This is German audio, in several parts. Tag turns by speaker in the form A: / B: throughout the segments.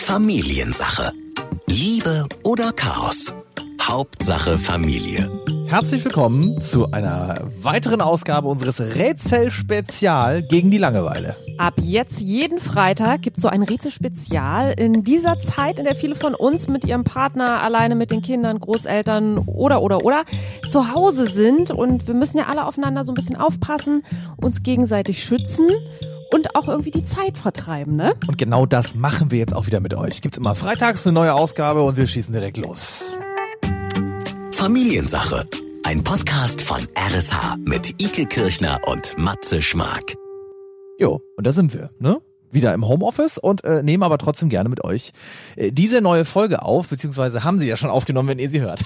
A: Familiensache. Liebe oder Chaos? Hauptsache Familie.
B: Herzlich willkommen zu einer weiteren Ausgabe unseres Rätselspezial gegen die Langeweile.
C: Ab jetzt jeden Freitag gibt es so ein Rätselspezial. In dieser Zeit, in der viele von uns mit ihrem Partner, alleine mit den Kindern, Großeltern oder, oder, oder zu Hause sind. Und wir müssen ja alle aufeinander so ein bisschen aufpassen, uns gegenseitig schützen und auch irgendwie die Zeit vertreiben, ne?
B: Und genau das machen wir jetzt auch wieder mit euch. Gibt's immer freitags eine neue Ausgabe und wir schießen direkt los.
A: Familiensache. Ein Podcast von RSH mit Ike Kirchner und Matze Schmark.
B: Jo, und da sind wir, ne? Wieder im Homeoffice und äh, nehmen aber trotzdem gerne mit euch äh, diese neue Folge auf, beziehungsweise haben sie ja schon aufgenommen, wenn ihr sie hört.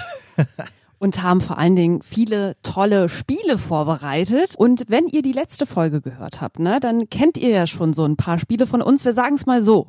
C: Und haben vor allen Dingen viele tolle Spiele vorbereitet. Und wenn ihr die letzte Folge gehört habt, ne, dann kennt ihr ja schon so ein paar Spiele von uns. Wir sagen es mal so.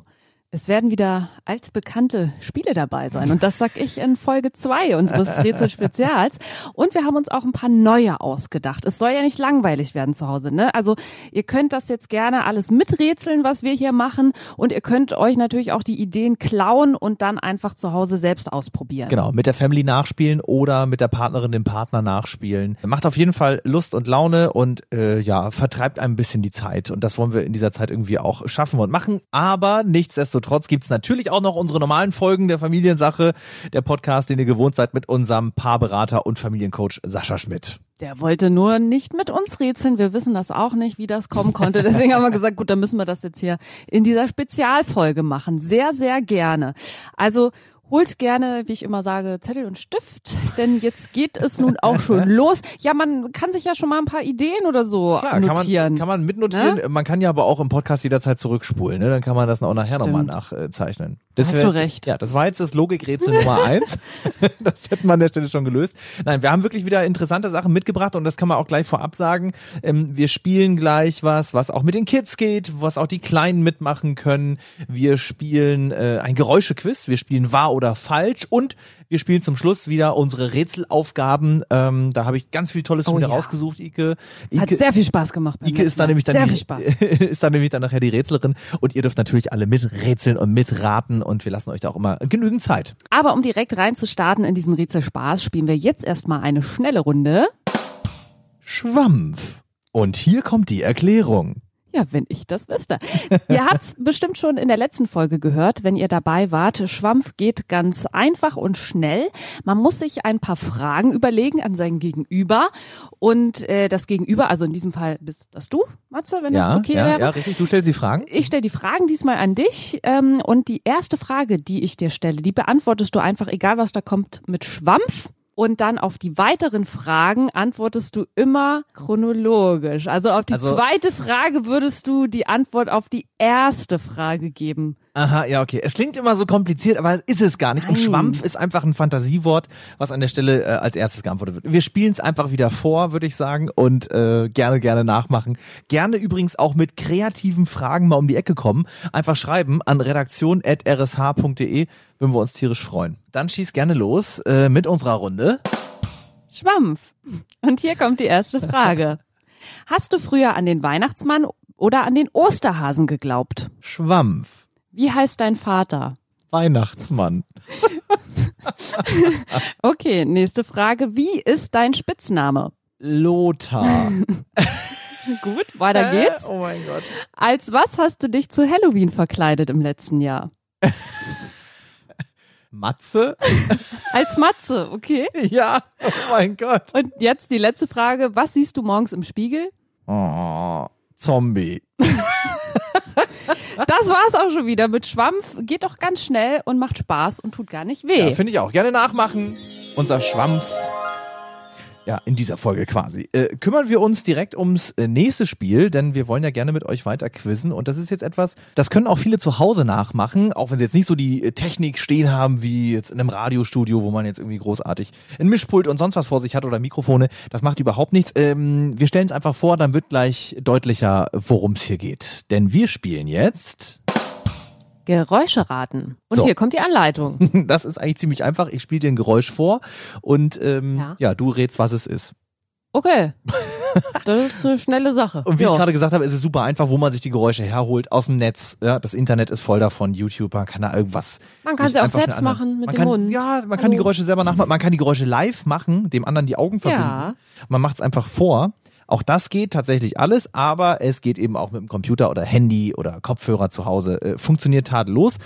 C: Es werden wieder altbekannte Spiele dabei sein. Und das sag ich in Folge zwei unseres Rätselspezials. Und wir haben uns auch ein paar neue ausgedacht. Es soll ja nicht langweilig werden zu Hause, ne? Also ihr könnt das jetzt gerne alles miträtseln, was wir hier machen. Und ihr könnt euch natürlich auch die Ideen klauen und dann einfach zu Hause selbst ausprobieren.
B: Genau, mit der Family nachspielen oder mit der Partnerin, dem Partner nachspielen. Macht auf jeden Fall Lust und Laune und äh, ja, vertreibt ein bisschen die Zeit. Und das wollen wir in dieser Zeit irgendwie auch schaffen und machen. Aber nichtsdestotrotz gibt's natürlich auch noch unsere normalen Folgen der Familiensache, der Podcast, den ihr gewohnt seid mit unserem Paarberater und Familiencoach Sascha Schmidt.
C: Der wollte nur nicht mit uns rätseln. Wir wissen das auch nicht, wie das kommen konnte. Deswegen haben wir gesagt, gut, dann müssen wir das jetzt hier in dieser Spezialfolge machen. Sehr, sehr gerne. Also holt gerne, wie ich immer sage, Zettel und Stift, denn jetzt geht es nun auch schon los. Ja, man kann sich ja schon mal ein paar Ideen oder so
B: Klar, kann man,
C: notieren.
B: kann man mitnotieren.
C: Ne?
B: Man kann ja aber auch im Podcast jederzeit zurückspulen. Ne? Dann kann man das auch nachher nochmal
C: Stimmt.
B: nachzeichnen.
C: Hast du recht.
B: Ja, das war jetzt das Logikrätsel Nummer eins. Das hätten wir an der Stelle schon gelöst. Nein, wir haben wirklich wieder interessante Sachen mitgebracht und das kann man auch gleich vorab sagen. Ähm, wir spielen gleich was, was auch mit den Kids geht, was auch die Kleinen mitmachen können. Wir spielen äh, ein Geräuschequiz, wir spielen wahr oder falsch und wir spielen zum Schluss wieder unsere Rätselaufgaben. Ähm, da habe ich ganz viel Tolles schon wieder
C: Oh ja.
B: rausgesucht, Ike.
C: Hat
B: Ike
C: sehr viel Spaß gemacht. beim
B: Ike ist
C: letzten
B: dann
C: Mal.
B: nämlich dann,
C: sehr
B: die,
C: viel Spaß.
B: ist dann nämlich dann nachher die Rätslerin und ihr dürft natürlich alle miträtseln und mitraten und wir lassen euch da auch immer genügend Zeit.
C: Aber um direkt reinzustarten in diesen Rätselspaß, spielen wir jetzt erstmal eine schnelle Runde.
B: Schwampf. Und hier kommt die Erklärung.
C: Ja, wenn ich das wüsste. ihr habt's bestimmt schon in der letzten Folge gehört, wenn ihr dabei wart. Schwampf geht ganz einfach und schnell. Man muss sich ein paar Fragen überlegen an sein Gegenüber. Und äh, das Gegenüber, also in diesem Fall bist das du, Matze, wenn das okay
B: ja,
C: wäre.
B: ja, richtig. Du stellst die Fragen.
C: Ich stelle die Fragen diesmal an dich. Ähm, und die erste Frage, die ich dir stelle, die beantwortest du einfach, egal was da kommt, mit Schwampf. Und dann auf die weiteren Fragen antwortest du immer chronologisch. Also auf die
B: Also-
C: zweite Frage würdest du die Antwort auf die erste Frage geben.
B: Aha, ja, okay. Es klingt immer so kompliziert, aber ist es gar nicht. Und
C: Nein.
B: Schwampf ist einfach ein Fantasiewort, was an der Stelle äh, als erstes geantwortet wird. Wir spielen es einfach wieder vor, würde ich sagen, und äh, gerne, gerne nachmachen. Gerne übrigens auch mit kreativen Fragen mal um die Ecke kommen. Einfach schreiben an redaktion.rsh.de, e, würden wir uns tierisch freuen. Dann schieß gerne los äh, mit unserer Runde.
C: Schwampf. Und hier kommt die erste Frage. Hast du früher an den Weihnachtsmann oder an den Osterhasen geglaubt?
B: Schwampf.
C: Wie heißt dein Vater?
B: Weihnachtsmann.
C: Okay, nächste Frage. Wie ist dein Spitzname?
B: Lothar.
C: Gut, weiter geht's.
B: Oh mein Gott.
C: Als was hast du dich zu Halloween verkleidet im letzten Jahr?
B: Matze?
C: Als Matze, okay.
B: Ja, oh mein Gott.
C: Und jetzt die letzte Frage. Was siehst du morgens im Spiegel?
B: Oh, Zombie.
C: Das war's auch schon wieder mit Schwampf. Geht doch ganz schnell und macht Spaß und tut gar nicht weh.
B: Ja, finde ich auch. Gerne nachmachen. Unser Schwampf. Ja, in dieser Folge quasi. Äh, kümmern wir uns direkt ums äh, nächste Spiel, denn wir wollen ja gerne mit euch weiter quizzen. Und das ist jetzt etwas, das können auch viele zu Hause nachmachen, auch wenn sie jetzt nicht so die äh, Technik stehen haben wie jetzt in einem Radiostudio, wo man jetzt irgendwie großartig ein Mischpult und sonst was vor sich hat oder Mikrofone. Das macht überhaupt nichts. Ähm, wir stellen es einfach vor, dann wird gleich deutlicher, worum es hier geht. Denn wir spielen jetzt.
C: Geräusche raten. Und
B: So.
C: hier kommt die Anleitung.
B: Das ist eigentlich ziemlich einfach. Ich spiele dir ein Geräusch vor und ähm, ja.
C: Ja.
B: du rätst, was es ist.
C: Okay. Das ist eine schnelle Sache.
B: Und wie
C: ja.
B: ich gerade gesagt habe, ist es super einfach, wo man sich die Geräusche herholt aus dem Netz. Ja, das Internet ist voll davon, YouTube, man kann da irgendwas.
C: Man kann
B: sich
C: sie auch
B: einfach
C: selbst
B: schnell anhören.
C: machen mit
B: man
C: dem
B: kann,
C: Mund. Oh.
B: Ja, man kann die
C: Hallo.
B: Geräusche selber nachmachen, man kann die Geräusche live machen, dem anderen die Augen verbinden.
C: Ja.
B: Man macht es einfach vor. Auch das geht tatsächlich alles, aber es geht eben auch mit dem Computer oder Handy oder Kopfhörer zu Hause. Äh, funktioniert tadellos.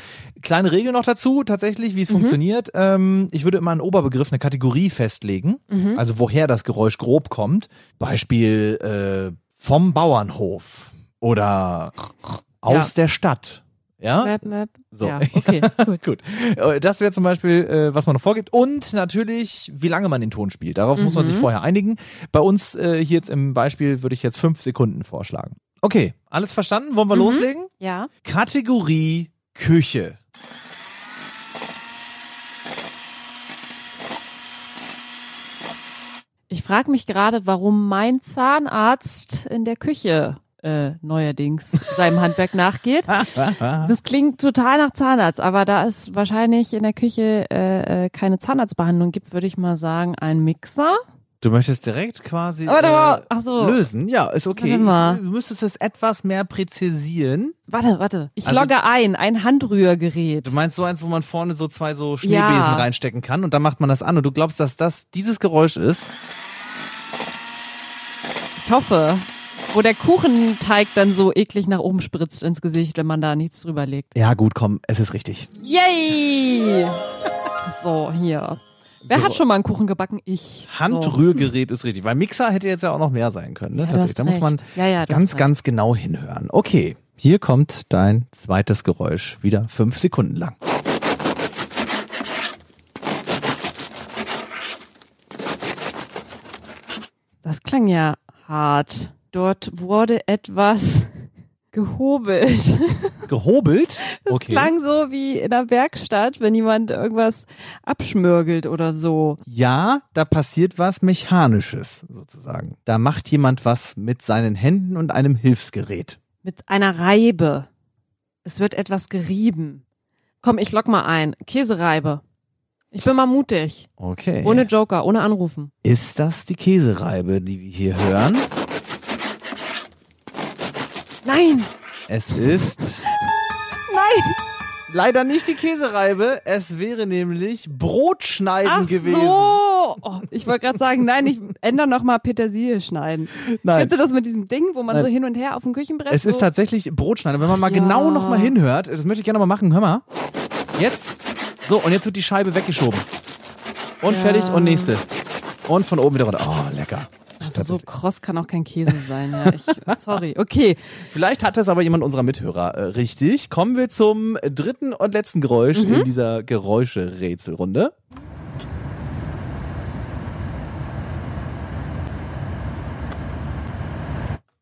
B: Kleine Regel noch dazu, tatsächlich, wie es funktioniert. Ähm, ich würde immer einen Oberbegriff, eine Kategorie festlegen, also woher das Geräusch grob kommt. Beispiel äh, vom Bauernhof oder aus der Stadt. Ja,
C: Map, Map.
B: So.
C: Ja, okay, gut.
B: Gut. Äh, Das wäre zum Beispiel, äh, was man noch vorgibt. Und natürlich, wie lange man den Ton spielt. Darauf muss man sich
C: Mhm.
B: vorher einigen. Bei uns äh, hier jetzt im Beispiel würde ich jetzt fünf Sekunden vorschlagen. Okay, alles verstanden? Wollen wir
C: Mhm.
B: loslegen?
C: Ja.
B: Kategorie Küche.
C: Ich frage mich gerade, warum mein Zahnarzt in der Küche äh, neuerdings seinem Handwerk nachgeht. Das klingt total nach Zahnarzt, aber da es wahrscheinlich in der Küche äh, äh, keine Zahnarztbehandlung gibt, würde ich mal sagen, ein Mixer.
B: Du möchtest direkt quasi
C: Aber da war-
B: äh,
C: ach so.
B: lösen. Ja, ist okay.
C: Warte mal.
B: Ich- Du müsstest es etwas mehr präzisieren.
C: Warte, warte. Ich
B: Also-
C: logge ein, ein Handrührgerät.
B: Du meinst so eins, wo man vorne so zwei so Schneebesen
C: Ja.
B: reinstecken kann und dann macht man das an und du glaubst, dass das dieses Geräusch ist?
C: Ich hoffe. Wo der Kuchenteig dann so eklig nach oben spritzt ins Gesicht, wenn man da nichts drüber legt.
B: Ja, gut, komm, es ist richtig.
C: Yay! So, hier. Wer hat schon mal einen Kuchen gebacken? Ich. So.
B: Handrührgerät ist richtig, weil Mixer hätte jetzt ja auch noch mehr sein können. Ne?
C: Ja, du
B: Tatsächlich,
C: hast
B: da muss man
C: recht. Ja, ja, du hast
B: ganz,
C: recht.
B: ganz genau hinhören. Okay, hier kommt dein zweites Geräusch, wieder fünf Sekunden lang.
C: Das klang ja hart. Dort wurde etwas gehobelt.
B: Gehobelt?
C: Das
B: okay.
C: klang so wie in der Werkstatt, wenn jemand irgendwas abschmürgelt oder so.
B: ja, da passiert was Mechanisches sozusagen. Da macht jemand was mit seinen Händen und einem Hilfsgerät.
C: Mit einer Reibe. Es wird etwas gerieben. Komm, ich lock mal ein. Käsereibe. Ich bin mal mutig.
B: Okay.
C: Ohne Joker, ohne Anrufen.
B: Ist das die Käsereibe, die wir hier hören?
C: Nein!
B: Es ist
C: Nein!
B: leider nicht die Käsereibe. Es wäre nämlich Brotschneiden
C: Ach
B: gewesen.
C: so! Oh, ich wollte gerade sagen, nein, ich ändere nochmal Petersilie schneiden.
B: Nein.
C: Kennst du das mit diesem Ding, wo man
B: Nein.
C: so hin und her auf dem Küchenbrett
B: Es
C: so
B: ist tatsächlich Brotschneider. Wenn man mal
C: Ja.
B: genau noch mal hinhört, das möchte ich gerne mal machen. Hör mal. Jetzt. So, und jetzt wird die Scheibe weggeschoben. Und
C: Ja.
B: fertig und nächste. Und von oben wieder runter. Oh, lecker.
C: Also so kross kann auch kein Käse sein, ja. Ich, sorry. Okay.
B: Vielleicht hat das aber jemand unserer Mithörer äh, richtig. Kommen wir zum dritten und letzten Geräusch
C: Mhm.
B: in dieser Geräusche-Rätselrunde.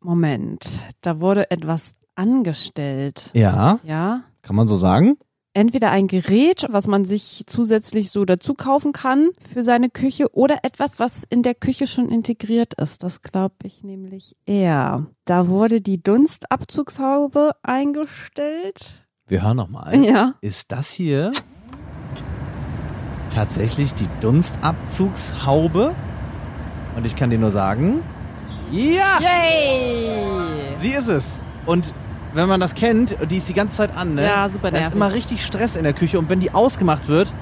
C: Moment. Da wurde etwas angestellt.
B: Ja,
C: Ja.
B: kann man so sagen.
C: Entweder ein Gerät, was man sich zusätzlich so dazu kaufen kann für seine Küche oder etwas, was in der Küche schon integriert ist. Das glaube ich nämlich eher. Da wurde die Dunstabzugshaube eingestellt.
B: Wir hören nochmal.
C: Ja.
B: Ist das hier tatsächlich die Dunstabzugshaube? Und ich kann dir nur sagen, ja,
C: Yay!
B: sie ist es. Und wenn man das kennt, die ist die ganze Zeit an, ne?
C: Ja, super
B: Da ist
C: nervig.
B: immer richtig Stress in der Küche und wenn die ausgemacht wird,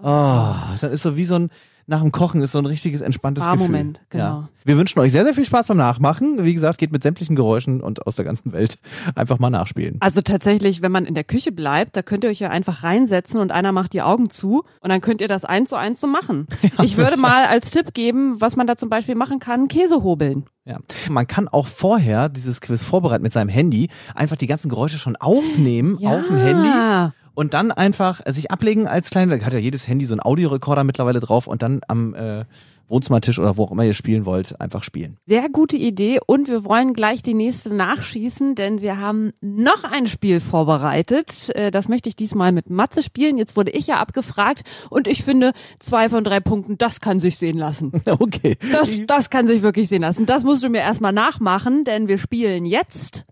B: oh, dann ist so wie so ein nach dem Kochen ist so ein richtiges entspanntes Gefühl.
C: Spa-Moment, genau.
B: Ja. Wir wünschen euch sehr, sehr viel Spaß beim Nachmachen. Wie gesagt, geht mit sämtlichen Geräuschen und aus der ganzen Welt einfach mal nachspielen.
C: Also tatsächlich, wenn man in der Küche bleibt, da könnt ihr euch ja einfach reinsetzen und einer macht die Augen zu und dann könnt ihr das eins zu eins so machen. ich würde mal als Tipp geben, was man da zum Beispiel machen kann, Käse hobeln.
B: Ja. Man kann auch vorher dieses Quiz vorbereiten mit seinem Handy, einfach die ganzen Geräusche schon aufnehmen auf dem Handy und dann einfach sich ablegen als kleine, da hat ja jedes Handy so einen Audiorekorder mittlerweile drauf und dann am äh, Wohnzimmertisch oder wo auch immer ihr spielen wollt, einfach spielen.
C: Sehr gute Idee und wir wollen gleich die nächste nachschießen, denn wir haben noch ein Spiel vorbereitet. Äh, Das möchte ich diesmal mit Matze spielen. Jetzt wurde ich ja abgefragt und ich finde, zwei von drei Punkten, das kann sich sehen lassen.
B: Okay.
C: Das, das kann sich wirklich sehen lassen. Das musst du mir erstmal nachmachen, denn wir spielen jetzt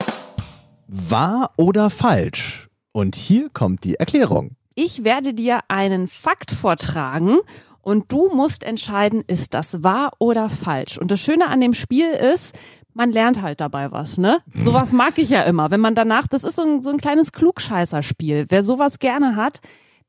B: Wahr oder falsch? Und hier kommt die Erklärung.
C: Ich werde dir einen Fakt vortragen Und du musst entscheiden, ist das wahr oder falsch. Und das Schöne an dem Spiel ist, man lernt halt dabei was, ne? Sowas mag ich ja immer. Wenn man danach, das ist so ein, so ein kleines Klugscheißerspiel. Wer sowas gerne hat,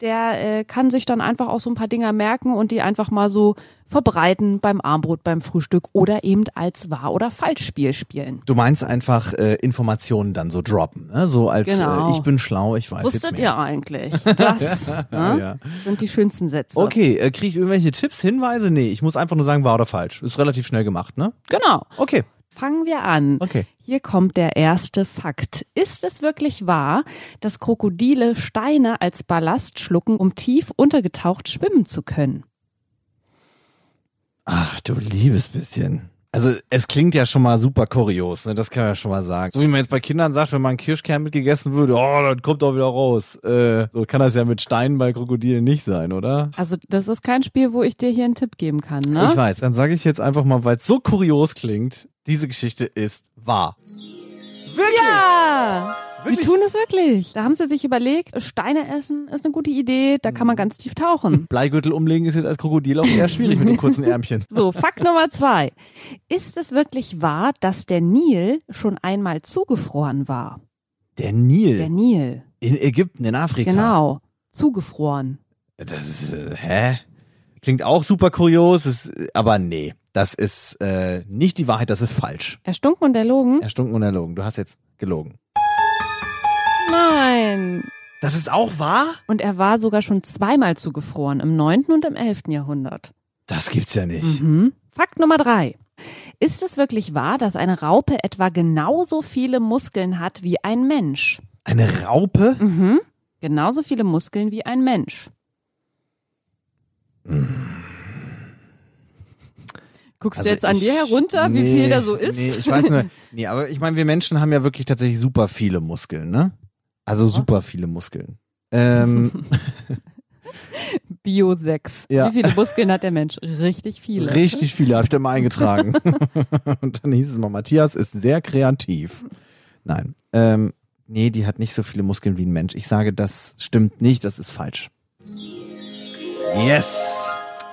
C: der äh, kann sich dann einfach auch so ein paar Dinger merken und die einfach mal so verbreiten beim Armbrot, beim Frühstück oder eben als Wahr- oder Falschspiel spielen.
B: Du meinst einfach äh, Informationen dann so droppen, ne? so als
C: Genau.
B: äh, ich bin schlau, ich weiß jetzt
C: Wusstet
B: mehr.
C: ihr eigentlich? Das ne? sind die schönsten Sätze.
B: Okay, äh, kriege ich irgendwelche Tipps, Hinweise? Nee, ich muss einfach nur sagen, wahr oder falsch. Ist relativ schnell gemacht, ne?
C: Genau.
B: Okay,
C: Fangen wir an.
B: okay.
C: Hier kommt der erste Fakt. Ist es wirklich wahr, dass Krokodile Steine als Ballast schlucken, um tief untergetaucht schwimmen zu können?
B: Ach du liebes bisschen. Also es klingt ja schon mal super kurios, ne? das kann man ja schon mal sagen. So wie man jetzt bei Kindern sagt, wenn man einen Kirschkern mitgegessen würde, oh, dann kommt doch wieder raus. Äh, so kann das ja mit Steinen bei Krokodilen nicht sein, oder?
C: Also, das ist kein Spiel, wo ich dir hier einen Tipp geben kann, ne?
B: Ich weiß. Dann sage ich jetzt einfach mal, weil es so kurios klingt, diese Geschichte ist wahr.
C: Ja!
B: Wirklich?
C: Die tun es wirklich. Da haben sie sich überlegt, Steine essen ist eine gute Idee, da
B: Mhm.
C: kann man ganz tief tauchen.
B: Bleigürtel umlegen ist jetzt als Krokodil auch eher schwierig mit den kurzen Ärmchen.
C: So, Fakt Nummer zwei. Ist es wirklich wahr, dass der Nil schon einmal zugefroren war?
B: Der Nil
C: Der Nil.
B: in Ägypten, in Afrika.
C: Genau. Zugefroren.
B: Das ist, äh, hä? Klingt auch super kurios, ist, aber nee, das ist äh, nicht die Wahrheit, das ist falsch.
C: Erstunken und erlogen?
B: Erstunken und erlogen. Du hast jetzt gelogen.
C: Nein.
B: Das ist auch wahr?
C: Und er war sogar schon zweimal zugefroren, im 9. und im 11. Jahrhundert.
B: Das gibt's ja nicht.
C: Mhm. Fakt Nummer drei. Ist es wirklich wahr, dass eine Raupe etwa genauso viele Muskeln hat wie ein Mensch?
B: Eine Raupe?
C: Mhm. Genauso viele Muskeln wie ein Mensch. Guckst du jetzt an
B: Also ich-
C: dir herunter, wie
B: nee,
C: viel da so ist?
B: Nee, ich weiß nur. Nee, aber ich meine, wir Menschen haben ja wirklich tatsächlich super viele Muskeln, ne? Also super viele Muskeln. Ähm,
C: Bio 6.
B: Ja.
C: Wie viele Muskeln hat der Mensch? Richtig viele.
B: richtig viele, habe ich da mal eingetragen. Und dann hieß es mal, Matthias ist sehr kreativ. Nein. Ähm, nee, die hat nicht so viele Muskeln wie ein Mensch. Ich sage, das stimmt nicht, das ist falsch. Yes!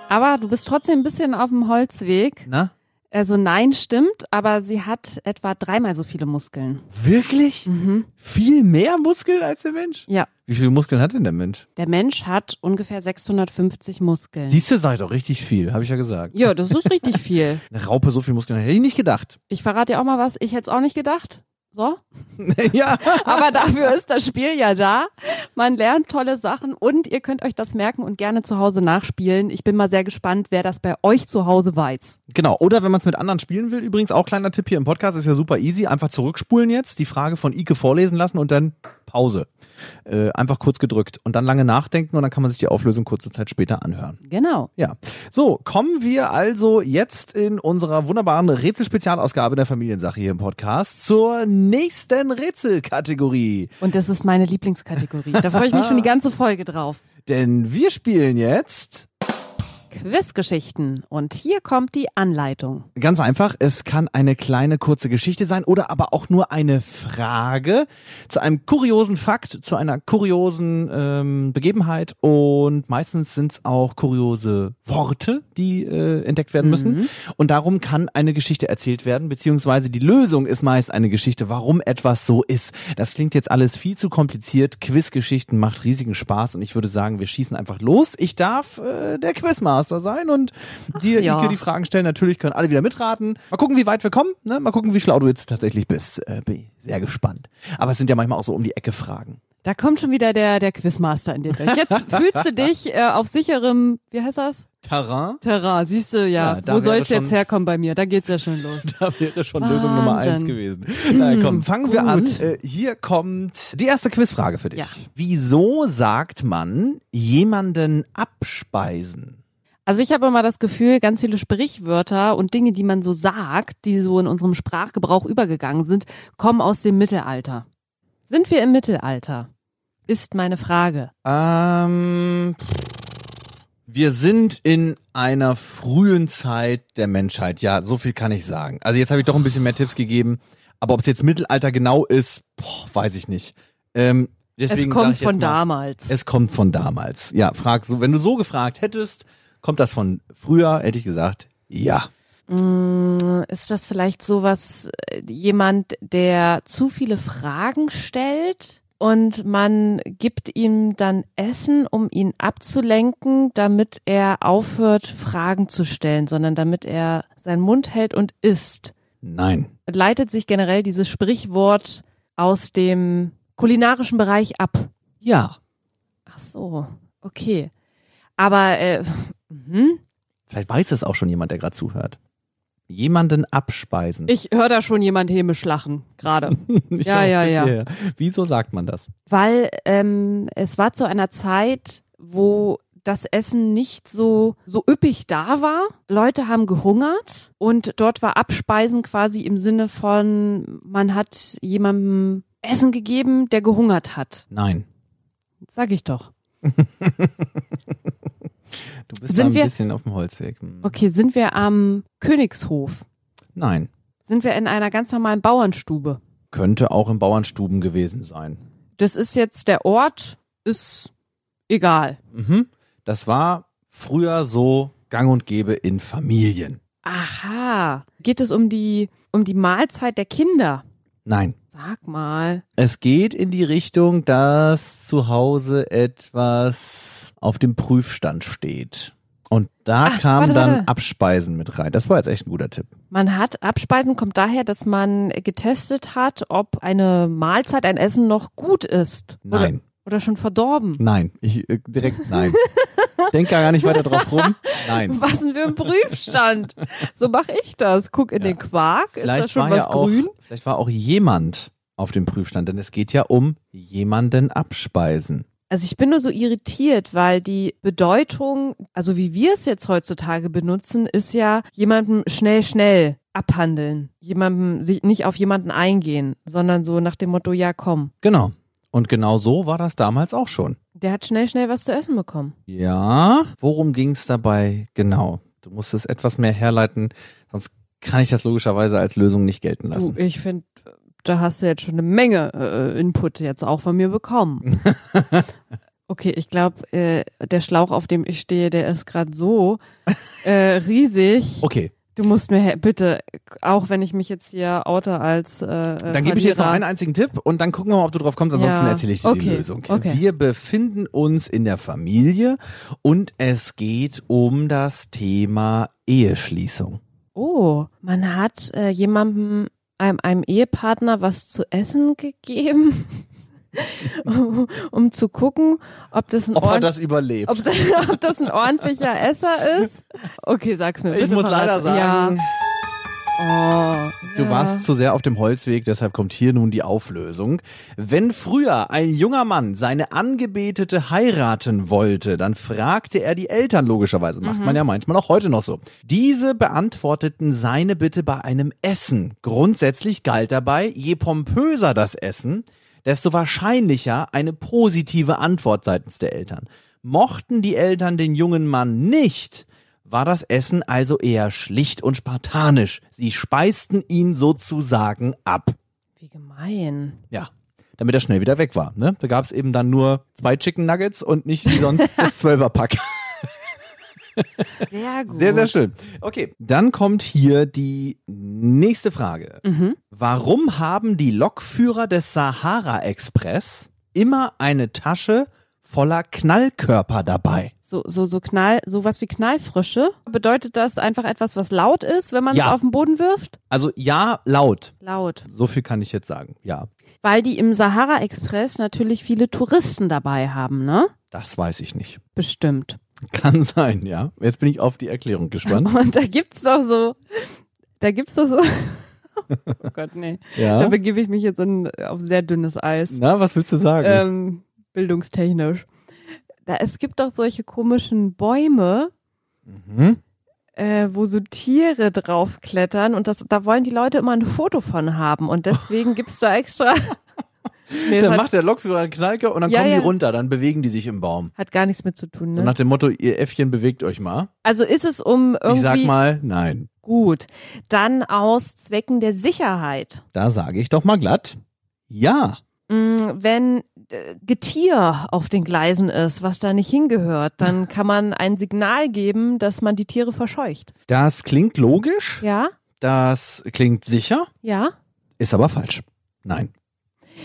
C: Aber du bist trotzdem ein bisschen auf dem Holzweg.
B: Na?
C: Also nein, stimmt, aber sie hat etwa dreimal so viele Muskeln.
B: Wirklich?
C: Mhm.
B: Viel mehr Muskeln als der Mensch?
C: Ja,
B: Wie viele Muskeln hat denn der Mensch?
C: der Mensch hat ungefähr 650 Muskeln.
B: Siehst du, sag ich doch richtig viel, habe ich ja gesagt.
C: ja, das ist richtig viel.
B: Eine Raupe so viel Muskeln hat, hätte ich nicht gedacht.
C: Ich verrate dir auch mal was, ich hätte es auch nicht gedacht. So.
B: ja.
C: Aber dafür ist das Spiel ja da. Man lernt tolle Sachen und ihr könnt euch das merken und gerne zu Hause nachspielen. Ich bin mal sehr gespannt, wer das bei euch zu Hause weiß.
B: Genau. Oder wenn man es mit anderen spielen will, übrigens auch kleiner Tipp hier im Podcast, ist ja super easy. Einfach zurückspulen jetzt, die Frage von Ike vorlesen lassen und dann Pause. Äh, einfach kurz gedrückt und dann lange nachdenken und dann kann man sich die Auflösung kurze Zeit später anhören.
C: Genau.
B: Ja. So, kommen wir also jetzt in unserer wunderbaren Rätselspezialausgabe der Familiensache hier im Podcast zur nächsten Rätselkategorie.
C: Und das ist meine Lieblingskategorie. Da freue ich mich schon die ganze Folge drauf.
B: Denn wir spielen jetzt
C: Quizgeschichten. Und hier kommt die Anleitung.
B: Ganz einfach, es kann eine kleine kurze Geschichte sein oder aber auch nur eine Frage zu einem kuriosen Fakt, zu einer kuriosen ähm, Begebenheit und meistens sind es auch kuriose Worte, die äh, entdeckt werden müssen und darum kann eine Geschichte erzählt werden, beziehungsweise die Lösung ist meist eine Geschichte, warum etwas so ist. Das klingt jetzt alles viel zu kompliziert, Quizgeschichten macht riesigen Spaß und ich würde sagen, wir schießen einfach los. Ich darf äh, der Quizmaster sein und dir,
C: ja.
B: Ike, die Fragen stellen. Natürlich können alle wieder mitraten. Mal gucken, wie weit wir kommen. Ne? Mal gucken, wie schlau du jetzt tatsächlich bist. Äh, bin ich sehr gespannt. Aber es sind ja manchmal auch so um die Ecke Fragen.
C: Da kommt schon wieder der, der Quizmaster in dir durch. Jetzt fühlst du dich äh, auf sicherem, wie heißt das?
B: Terrain?
C: Terrain. Siehst du,
B: Ja,
C: ja.
B: da
C: Wo
B: wäre
C: soll's jetzt
B: schon-
C: herkommen bei mir? Da geht's ja schon los.
B: Da wäre schon Lösung Nummer
C: Wahnsinn. Mhm.
B: eins gewesen. Na, komm, fangen wir an.
C: gut.
B: Äh, hier kommt die erste Quizfrage für dich.
C: Ja.
B: Wieso sagt man jemanden abspeisen?
C: Also ich habe immer das Gefühl, ganz viele Sprichwörter und Dinge, die man so sagt, die so in unserem Sprachgebrauch übergegangen sind, kommen aus dem Mittelalter. Sind wir im Mittelalter? Ist meine Frage.
B: Ähm, wir sind in einer frühen Zeit der Menschheit. Ja, so viel kann ich sagen. Also jetzt habe ich doch ein bisschen mehr Tipps gegeben, aber ob es jetzt Mittelalter genau ist, boah, weiß ich nicht. Ähm, deswegen sag
C: es kommt
B: ich jetzt
C: von
B: mal,
C: damals.
B: Es kommt von damals. Ja, frag so, wenn du so gefragt hättest, Kommt das von früher, hätte ich gesagt, ja.
C: Mm, Ist das vielleicht sowas, äh, jemand, der zu viele Fragen stellt und man gibt ihm dann Essen, um ihn abzulenken, damit er aufhört, Fragen zu stellen, sondern damit er seinen Mund hält und isst?
B: Nein.
C: Leitet sich generell dieses Sprichwort aus dem kulinarischen Bereich ab?
B: Ja.
C: Ach so, okay. Aber, äh, mhm.
B: Vielleicht weiß es auch schon jemand, der gerade zuhört. Jemanden abspeisen.
C: ich höre da schon jemand hämisch lachen, gerade.
B: Ich
C: Ja,
B: auch.
C: ja, ja.
B: Wieso sagt man das?
C: weil ähm, es war zu einer Zeit, wo das Essen nicht so, so üppig da war. Leute haben gehungert und dort war Abspeisen quasi im Sinne von, man hat jemandem Essen gegeben, der gehungert hat.
B: Nein.
C: Sag ich doch.
B: Du bist
C: Sind
B: da ein
C: wir-
B: bisschen auf dem Holzweg. Hm.
C: Okay, sind wir am Königshof?
B: Nein.
C: Sind wir in einer ganz normalen Bauernstube?
B: Könnte auch in Bauernstuben gewesen sein.
C: Das ist jetzt der Ort, ist egal.
B: Mhm. Das war früher so gang und gäbe in Familien.
C: Aha. Geht es um die, um die Mahlzeit der Kinder?
B: Nein.
C: Sag mal.
B: Es geht in die Richtung, dass zu Hause etwas auf dem Prüfstand steht. Und da
C: Ah,
B: kam
C: warte,
B: dann
C: warte.
B: Abspeisen mit rein. Das war jetzt echt ein guter Tipp.
C: Man hat Abspeisen kommt daher, dass man getestet hat, ob eine Mahlzeit, ein Essen noch gut ist.
B: Nein,
C: Oder, oder schon verdorben.
B: nein, ich äh, direkt nein. Denk da gar nicht weiter drauf rum. Nein.
C: Was denn für ein Prüfstand? So mache ich das. Guck in
B: Ja.
C: den Quark, ist da schon was
B: ja auch,
C: grün?
B: vielleicht war auch jemand auf dem Prüfstand, denn es geht ja um jemanden abspeisen.
C: Also ich bin nur so irritiert, weil die Bedeutung, also wie wir es jetzt heutzutage benutzen, ist ja jemandem schnell, schnell abhandeln. Jemandem, sich nicht auf jemanden eingehen, sondern so nach dem Motto, ja komm,
B: Genau. Und genau so war das damals auch schon.
C: der hat schnell, schnell was zu essen bekommen.
B: Ja, worum ging's dabei genau? Du musst es etwas mehr herleiten, sonst kann ich das logischerweise als Lösung nicht gelten
C: Du,
B: lassen.
C: ich finde, da hast du jetzt schon eine Menge äh, Input jetzt auch von mir bekommen. Okay, ich glaube, äh, der Schlauch, auf dem ich stehe, der ist gerade so äh, riesig.
B: Okay,
C: Du musst mir he- bitte, auch wenn ich mich jetzt hier oute als äh,
B: dann gebe ich dir jetzt noch einen einzigen Tipp und dann gucken wir mal, ob du drauf kommst, ansonsten
C: Ja.
B: erzähle ich dir die
C: Okay,
B: Lösung.
C: okay.
B: Wir befinden uns in der Familie und es geht um das Thema Eheschließung.
C: Oh, man hat äh, jemandem, einem, einem Ehepartner was zu essen gegeben, um, um zu gucken, ob das ein
B: Ob er
C: ordentlich-
B: das überlebt.
C: Ob, ob das ein ordentlicher Esser ist? Okay, sag's mir bitte.
B: ich muss leider
C: verrat's-
B: sagen,
C: Ja. Oh,
B: Du
C: ja.
B: warst zu sehr auf dem Holzweg, deshalb kommt hier nun die Auflösung. Wenn früher ein junger Mann seine Angebetete heiraten wollte, dann fragte er die Eltern logischerweise.
C: Mhm.
B: Macht man ja manchmal auch heute noch so. Diese beantworteten seine Bitte bei einem Essen. Grundsätzlich galt dabei, je pompöser das Essen, desto wahrscheinlicher eine positive Antwort seitens der Eltern. Mochten die Eltern den jungen Mann nicht, war das Essen also eher schlicht und spartanisch. Sie speisten ihn sozusagen ab.
C: Wie gemein.
B: Ja. Damit er schnell wieder weg war. Ne? Da gab es eben dann nur zwei Chicken Nuggets und nicht wie sonst das Zwölferpack.
C: Sehr gut.
B: Sehr, sehr schön. Okay, dann kommt hier die nächste Frage.
C: Mhm.
B: Warum haben die Lokführer des Sahara-Express immer eine Tasche voller Knallkörper dabei?
C: So, so, so Knall, sowas wie Knallfrische. Bedeutet das einfach etwas, was laut ist, wenn man
B: Ja.
C: es auf den Boden wirft?
B: Also ja, laut.
C: Laut.
B: So viel kann ich jetzt sagen. Ja,
C: Weil die im Sahara-Express natürlich viele Touristen dabei haben, ne?
B: das weiß ich nicht.
C: Bestimmt.
B: Kann sein, ja. Jetzt bin ich auf die Erklärung gespannt.
C: Und da gibt's doch so, da gibt's doch so, oh Gott, nee. Da
B: Ja. Hm,
C: begebe ich mich jetzt in, auf sehr dünnes Eis.
B: Na, was willst du sagen?
C: ähm, bildungstechnisch. Da, es gibt doch solche komischen Bäume, Ähm,
B: Mhm.
C: äh, wo so Tiere draufklettern und das, da wollen die Leute immer ein Foto von haben und deswegen gibt's da extra. nee,
B: Dann
C: das hat,
B: macht der Lokführer einen Knallker und dann
C: Ja,
B: kommen
C: ja.
B: die runter, dann bewegen die sich im Baum.
C: hat gar nichts mit zu tun.
B: So nach
C: Ne?
B: dem Motto, ihr Äffchen bewegt euch mal.
C: Also ist es um
B: Ich sag
C: irgendwie
B: mal, nein.
C: gut. Dann aus Zwecken der Sicherheit.
B: Da sage ich doch mal glatt, ja.
C: Mm, Wenn äh, Getier auf den Gleisen ist, was da nicht hingehört, dann kann man ein Signal geben, dass man die Tiere verscheucht.
B: Das klingt logisch,
C: Ja?
B: das klingt sicher,
C: Ja?
B: ist aber falsch. Nein.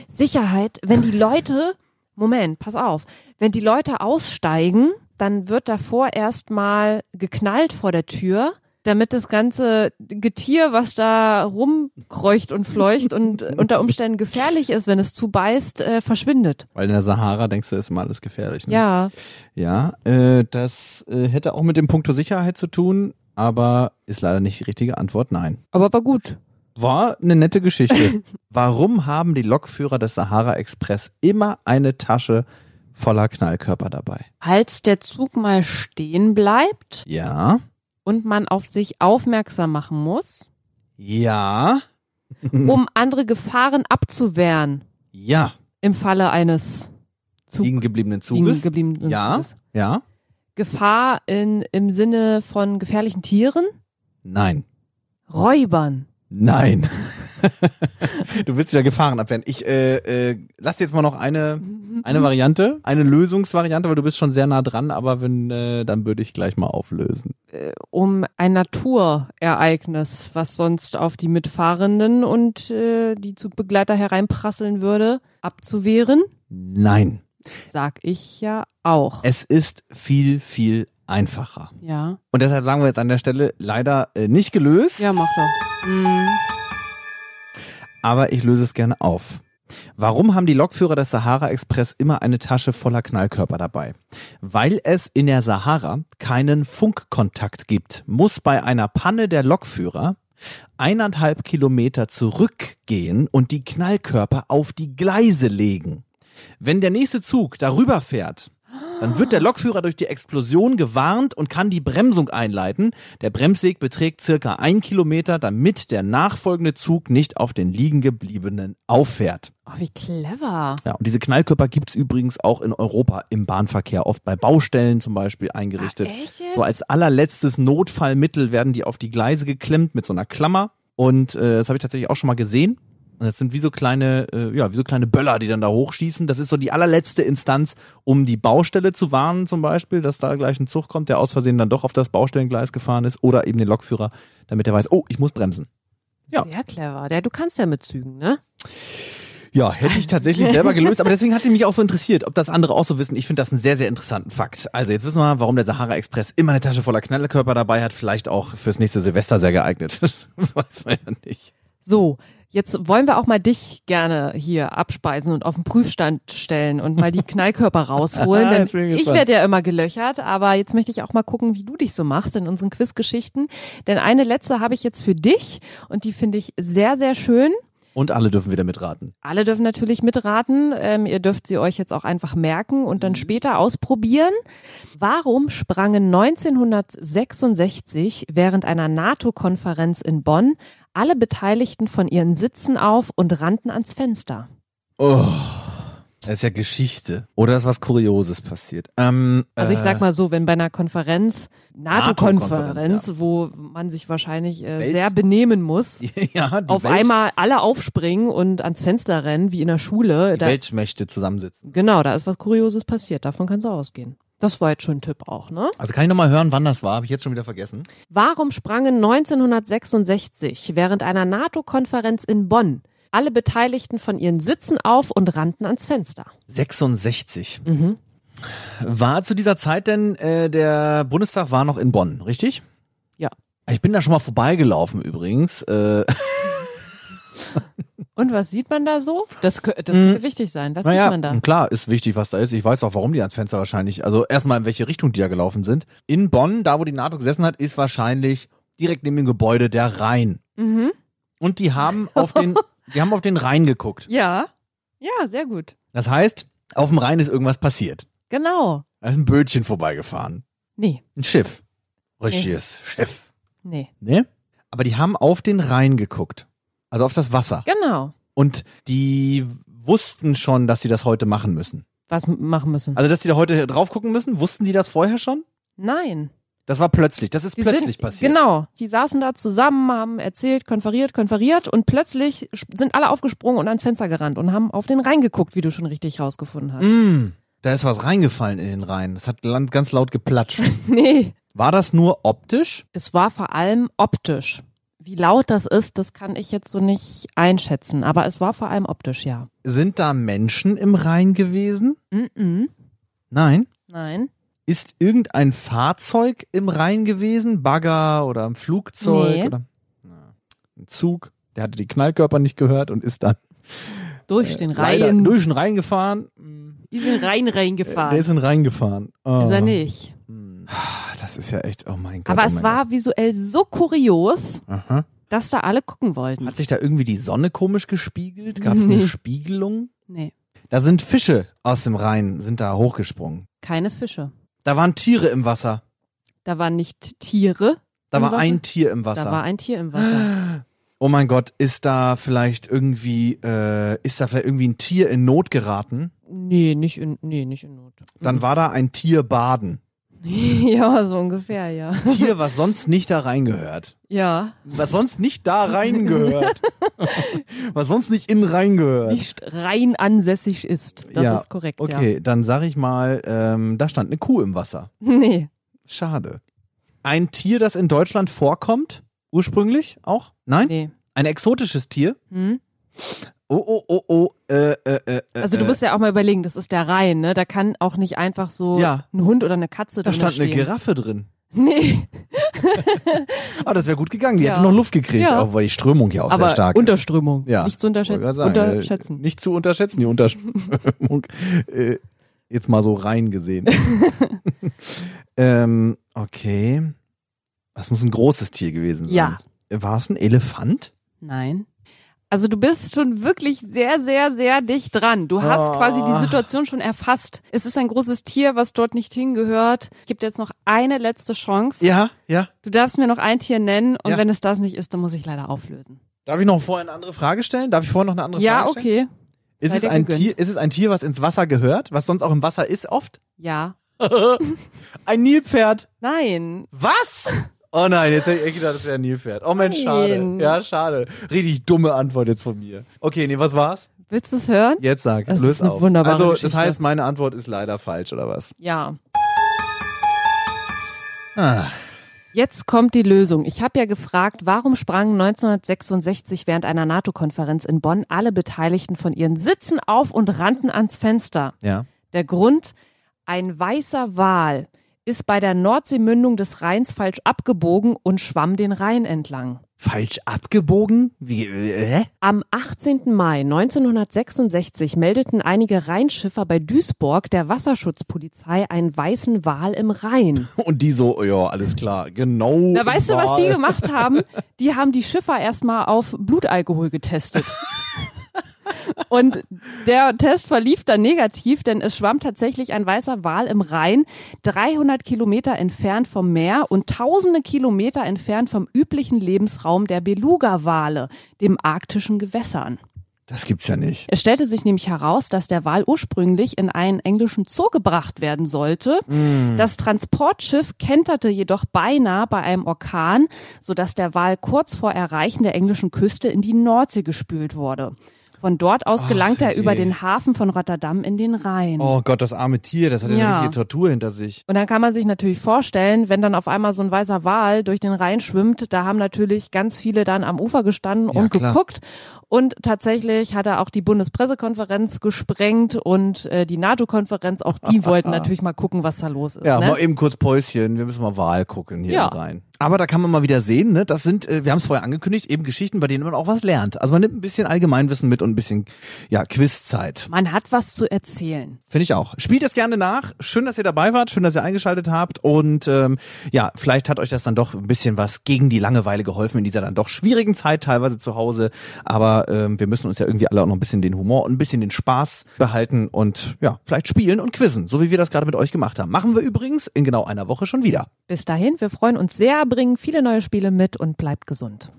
C: Sicherheit, wenn die Leute, Moment, pass auf, wenn die Leute aussteigen, dann wird davor erstmal geknallt vor der Tür, damit das ganze Getier, was da rumkreucht und fleucht und unter Umständen gefährlich ist, wenn es zubeißt, äh, verschwindet.
B: Weil in der Sahara denkst du, ist immer alles gefährlich. Ne?
C: Ja,
B: Ja, äh, das äh, hätte auch mit dem Punkto Sicherheit zu tun, aber ist leider nicht die richtige Antwort, nein.
C: aber war gut.
B: War eine nette Geschichte. Warum haben die Lokführer des Sahara Express immer eine Tasche voller Knallkörper dabei?
C: Als der Zug mal stehen bleibt
B: Ja.
C: und man auf sich aufmerksam machen muss,
B: Ja.
C: um andere Gefahren abzuwehren
B: Ja.
C: im Falle eines Zug
B: Liegen gebliebenen Zuges.
C: liegen gebliebenen
B: ja.
C: Zuges.
B: Ja.
C: Gefahr in, im Sinne von gefährlichen Tieren?
B: Nein.
C: Räubern.
B: Nein. du willst wieder Gefahren abwehren. Ich äh, äh, lass dir jetzt mal noch eine eine
C: Mhm.
B: Variante, eine Lösungsvariante, weil du bist schon sehr nah dran, aber wenn äh, dann würde ich gleich mal auflösen.
C: Um ein Naturereignis, was sonst auf die Mitfahrenden und äh, die Zugbegleiter hereinprasseln würde, abzuwehren,
B: Nein.
C: sag ich ja auch.
B: Es ist viel viel einfacher.
C: ja.
B: Und deshalb sagen wir jetzt an der Stelle leider äh, nicht gelöst,
C: Ja, mach doch. Mhm.
B: aber ich löse es gerne auf. Warum haben die Lokführer des Sahara Express immer eine Tasche voller Knallkörper dabei? Weil es in der Sahara keinen Funkkontakt gibt, muss bei einer Panne der Lokführer eineinhalb Kilometer zurückgehen und die Knallkörper auf die Gleise legen. Wenn der nächste Zug darüber fährt, dann wird der Lokführer durch die Explosion gewarnt und kann die Bremsung einleiten. Der Bremsweg beträgt circa ein Kilometer, damit der nachfolgende Zug nicht auf den liegengebliebenen auffährt.
C: Oh, wie clever.
B: Ja, und diese Knallkörper gibt's übrigens auch in Europa im Bahnverkehr, oft bei Baustellen zum Beispiel eingerichtet.
C: Ah, echt jetzt?
B: so als allerletztes Notfallmittel werden die auf die Gleise geklemmt mit so einer Klammer. Und äh, das habe ich tatsächlich auch schon mal gesehen. Und das sind wie so kleine, äh, ja, wie so kleine Böller, die dann da hochschießen. Das ist so die allerletzte Instanz, um die Baustelle zu warnen, zum Beispiel, dass da gleich ein Zug kommt, der aus Versehen dann doch auf das Baustellengleis gefahren ist oder eben den Lokführer, damit er weiß, oh, ich muss bremsen. ja.
C: Sehr clever. Der, du kannst ja mit Zügen, ne?
B: Ja, hätte ich tatsächlich selber gelöst, aber deswegen hat die mich auch so interessiert, ob das andere auch so wissen. Ich finde das einen sehr, sehr interessanten Fakt. Also jetzt wissen wir, warum der Sahara Express immer eine Tasche voller Knallkörper dabei hat, vielleicht auch fürs nächste Silvester sehr geeignet. Das weiß man ja nicht.
C: So, jetzt wollen wir auch mal dich gerne hier abspeisen und auf den Prüfstand stellen und mal die Knallkörper rausholen.
B: Ah,
C: Denn
B: jetzt bin ich
C: ich
B: gespannt.
C: werde ja immer gelöchert, aber jetzt möchte ich auch mal gucken, wie du dich so machst in unseren Quizgeschichten. Denn eine letzte habe ich jetzt für dich und die finde ich sehr, sehr schön.
B: Und alle dürfen wieder mitraten.
C: Alle dürfen natürlich mitraten. Ähm, ihr dürft sie euch jetzt auch einfach merken und
B: Mhm.
C: dann später ausprobieren. Warum sprangen 1966 während einer NATO-Konferenz in Bonn alle Beteiligten von ihren Sitzen auf und rannten ans Fenster?
B: Oh, das ist ja Geschichte. Oder ist was Kurioses passiert. Ähm,
C: Also ich
B: äh,
C: sag mal so, wenn bei einer Konferenz, NATO-Konferenz,
B: NATO-Konferenz,
C: wo man sich wahrscheinlich äh,
B: Welt-
C: sehr benehmen muss,
B: ja, die
C: auf
B: Welt,
C: einmal alle aufspringen und ans Fenster rennen, wie in der Schule.
B: die
C: Da,
B: Weltmächte zusammensitzen.
C: genau, da ist was Kurioses passiert. Davon kannst du ausgehen. Das war jetzt schon ein Tipp auch, ne?
B: Also kann ich nochmal hören, wann das war? Habe ich jetzt schon wieder vergessen.
C: Warum sprangen 1966 während einer NATO-Konferenz in Bonn alle Beteiligten von ihren Sitzen auf und rannten ans Fenster?
B: 66.
C: Mhm.
B: War zu dieser Zeit denn, äh, der Bundestag war noch in Bonn, richtig?
C: Ja.
B: Ich bin da schon mal vorbeigelaufen übrigens. Äh,
C: Und was sieht man da so? Das, kö- das könnte wichtig sein. Was sieht man da?
B: klar, ist wichtig, was da ist. Ich weiß auch, warum die ans Fenster wahrscheinlich, also erstmal in welche Richtung die da gelaufen sind. In Bonn, da wo die NATO gesessen hat, ist wahrscheinlich direkt neben dem Gebäude der Rhein.
C: Mhm.
B: Und die haben auf den, die haben auf den Rhein geguckt.
C: Ja, ja, sehr gut.
B: Das heißt, auf dem Rhein ist irgendwas passiert.
C: Genau.
B: Da ist ein Bötchen vorbeigefahren.
C: Nee,
B: Ein Schiff. Richtiges Schiff.
C: nee.
B: Ne? Aber die haben auf den Rhein geguckt. Also auf das Wasser.
C: Genau.
B: Und die wussten schon, dass sie das heute machen müssen.
C: Was m- machen müssen?
B: Also, dass die da heute drauf gucken müssen, wussten die das vorher schon?
C: Nein.
B: Das war plötzlich. Das ist
C: Die
B: plötzlich
C: sind,
B: passiert.
C: Genau. Die saßen da zusammen, haben erzählt, konferiert, konferiert und plötzlich sp- sind alle aufgesprungen und ans Fenster gerannt und haben auf den reingeguckt, wie du schon richtig rausgefunden hast.
B: Mm, da ist was reingefallen in den Rhein. Es hat lan- ganz laut geplatscht.
C: Nee.
B: War das nur optisch?
C: Es war vor allem optisch. Wie laut das ist, das kann ich jetzt so nicht einschätzen, aber es war vor allem optisch, ja.
B: Sind da Menschen im Rhein gewesen? Mhm.
C: Mm-mm.
B: Nein.
C: Nein.
B: Ist irgendein Fahrzeug im Rhein gewesen? Bagger oder ein Flugzeug
C: Nee.
B: oder Na, ein Zug? Der hatte die Knallkörper nicht gehört und ist dann
C: Durch den
B: Äh,
C: Mhm.
B: leider
C: Rhein.
B: durch den Rhein gefahren. Mm.
C: Die sind rein
B: Der
C: reingefahren.
B: ist in den Rhein gefahren. Oh.
C: ist er nicht.
B: Mm. Das ist ja echt, oh mein Gott.
C: Aber
B: oh
C: es
B: mein
C: war visuell so kurios,
B: Gott. Aha.
C: dass da alle gucken wollten.
B: Hat sich da irgendwie die Sonne komisch gespiegelt? Gab es eine
C: Hm. Nee.
B: Spiegelung?
C: Nee,
B: Da sind Fische aus dem Rhein, sind da hochgesprungen.
C: keine Fische.
B: Da waren Tiere im Wasser.
C: Da waren nicht Tiere,
B: Da
C: Im
B: war
C: Wasser?
B: ein Tier im Wasser.
C: da war ein Tier im Wasser.
B: oh mein Gott, ist da vielleicht irgendwie, äh, ist da vielleicht irgendwie ein Tier in Not geraten?
C: Nee, nicht in, nee, nicht in Not.
B: Dann war da ein Tier baden.
C: ja, so ungefähr, ja.
B: Tier, was sonst nicht da reingehört.
C: Ja,
B: Was sonst nicht da reingehört. was sonst nicht in reingehört.
C: nicht rein ansässig ist. Das
B: Ja,
C: ist korrekt, ja.
B: Okay, dann sag ich mal, ähm, da stand eine Kuh im Wasser.
C: Nee,
B: Schade. Ein Tier, das in Deutschland vorkommt, ursprünglich auch? Nein?
C: nee.
B: Ein exotisches Tier?
C: Hm?
B: Oh, oh, oh, oh. Äh, äh, äh, äh,
C: Also du musst ja auch mal überlegen, das ist der Rhein, ne? Da kann auch nicht einfach so
B: Ja.
C: ein Hund oder eine Katze
B: Da
C: drin
B: stand eine
C: stehen.
B: Giraffe drin.
C: Nee,
B: Ah, das wäre gut gegangen. Die
C: Ja.
B: hätte noch Luft gekriegt,
C: Ja.
B: auch weil die Strömung hier auch sehr
C: aber
B: stark ist.
C: Unterströmung.
B: Ja.
C: Nicht zu unterschätzen.
B: Wollte gerade sagen, äh,
C: unterschätzen.
B: Nicht zu unterschätzen, die Unterströmung. äh, jetzt mal so rein gesehen. ähm, okay. Das muss ein großes Tier gewesen sein.
C: Ja.
B: War es ein Elefant?
C: Nein. Also du bist schon wirklich sehr, sehr, sehr dicht dran. Du hast
B: Ah.
C: quasi die Situation schon erfasst. Es ist ein großes Tier, was dort nicht hingehört. Ich gebe dir jetzt noch eine letzte Chance.
B: Ja, ja.
C: Du darfst mir noch ein Tier nennen und
B: Ja.
C: wenn es das nicht ist, dann muss ich leider auflösen.
B: Darf ich noch vorher eine andere Frage stellen? Darf ich vorher noch eine andere
C: Ja,
B: Frage stellen?
C: okay.
B: Ist
C: Sei
B: es,
C: dir
B: ein
C: gegönnt.
B: Tier, ist es ein Tier, was ins Wasser gehört, was sonst auch im Wasser ist oft?
C: Ja.
B: Ein Nilpferd.
C: Nein.
B: Was? Oh nein, jetzt hätte ich echt gedacht, das wäre ein Nilpferd. Oh Mensch, schade.
C: Nein.
B: Ja, schade. Richtig dumme Antwort jetzt von mir. Okay, nee, was war's?
C: Willst du es hören?
B: Jetzt sag,
C: Das
B: löst
C: ist eine
B: auf.
C: wunderbare
B: also, das
C: Geschichte.
B: heißt, meine Antwort ist leider falsch, oder was?
C: Ja.
B: Ah.
C: Jetzt kommt die Lösung. Ich habe ja gefragt, warum sprangen 1966 während einer NATO-Konferenz in Bonn alle Beteiligten von ihren Sitzen auf und rannten ans Fenster?
B: Ja.
C: Der Grund, ein weißer Wal ist bei der Nordseemündung des Rheins falsch abgebogen und schwamm den Rhein entlang.
B: Falsch abgebogen? Wie, äh, hä?
C: Am 18. Mai 1966 meldeten einige Rheinschiffer bei Duisburg der Wasserschutzpolizei einen weißen Wal im Rhein.
B: Und die so, ja, alles klar, genau.
C: Na, weißt du, was die
B: Wahl.
C: gemacht haben? Die haben die Schiffer erstmal auf Blutalkohol getestet. Und der Test verlief dann negativ, denn es schwamm tatsächlich ein weißer Wal im Rhein, 300 Kilometer entfernt vom Meer und tausende Kilometer entfernt vom üblichen Lebensraum der Beluga-Wale, dem arktischen Gewässern.
B: Das gibt's ja nicht.
C: Es stellte sich nämlich heraus, dass der Wal ursprünglich in einen englischen Zoo gebracht werden sollte.
B: Mm.
C: Das Transportschiff kenterte jedoch beinahe bei einem Orkan, sodass der Wal kurz vor Erreichen der englischen Küste in die Nordsee gespült wurde. Von dort aus
B: Ach,
C: gelangte er
B: je.
C: über den Hafen von Rotterdam in den Rhein.
B: Oh Gott, das arme Tier, das hat ja eine
C: Ja.
B: richtige Tortur hinter sich.
C: Und dann kann man sich natürlich vorstellen, wenn dann auf einmal so ein weißer Wal durch den Rhein schwimmt, da haben natürlich ganz viele dann am Ufer gestanden
B: Ja,
C: und
B: klar.
C: geguckt. Und tatsächlich hat er auch die Bundespressekonferenz gesprengt und äh, die NATO-Konferenz, auch die wollten natürlich mal gucken, was da los ist.
B: Ja,
C: ne?
B: mal eben kurz Päuschen, wir müssen mal Wahl gucken hier
C: Ja.
B: rein. Aber da kann man mal wieder sehen, ne? Das sind, äh, wir haben es vorher angekündigt, eben Geschichten, bei denen man auch was lernt. Also man nimmt ein bisschen Allgemeinwissen mit und ein bisschen, ja, Quizzeit.
C: Man hat was zu erzählen.
B: Finde ich auch. Spielt das gerne nach. Schön, dass ihr dabei wart, schön, dass ihr eingeschaltet habt. Und ähm, ja, vielleicht hat euch das dann doch ein bisschen was gegen die Langeweile geholfen in dieser dann doch schwierigen Zeit, teilweise zu Hause. Aber ähm, wir müssen uns ja irgendwie alle auch noch ein bisschen den Humor und ein bisschen den Spaß behalten und ja, vielleicht spielen und quizzen, so wie wir das gerade mit euch gemacht haben. Machen wir übrigens in genau einer Woche schon wieder.
C: Bis dahin, wir freuen uns sehr, bringen viele neue Spiele mit und bleibt gesund.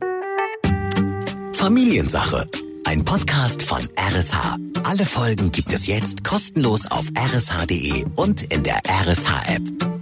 A: Familiensache. Ein Podcast von RSH. E Alle Folgen gibt es jetzt kostenlos auf rsh.de und in der RSH-App.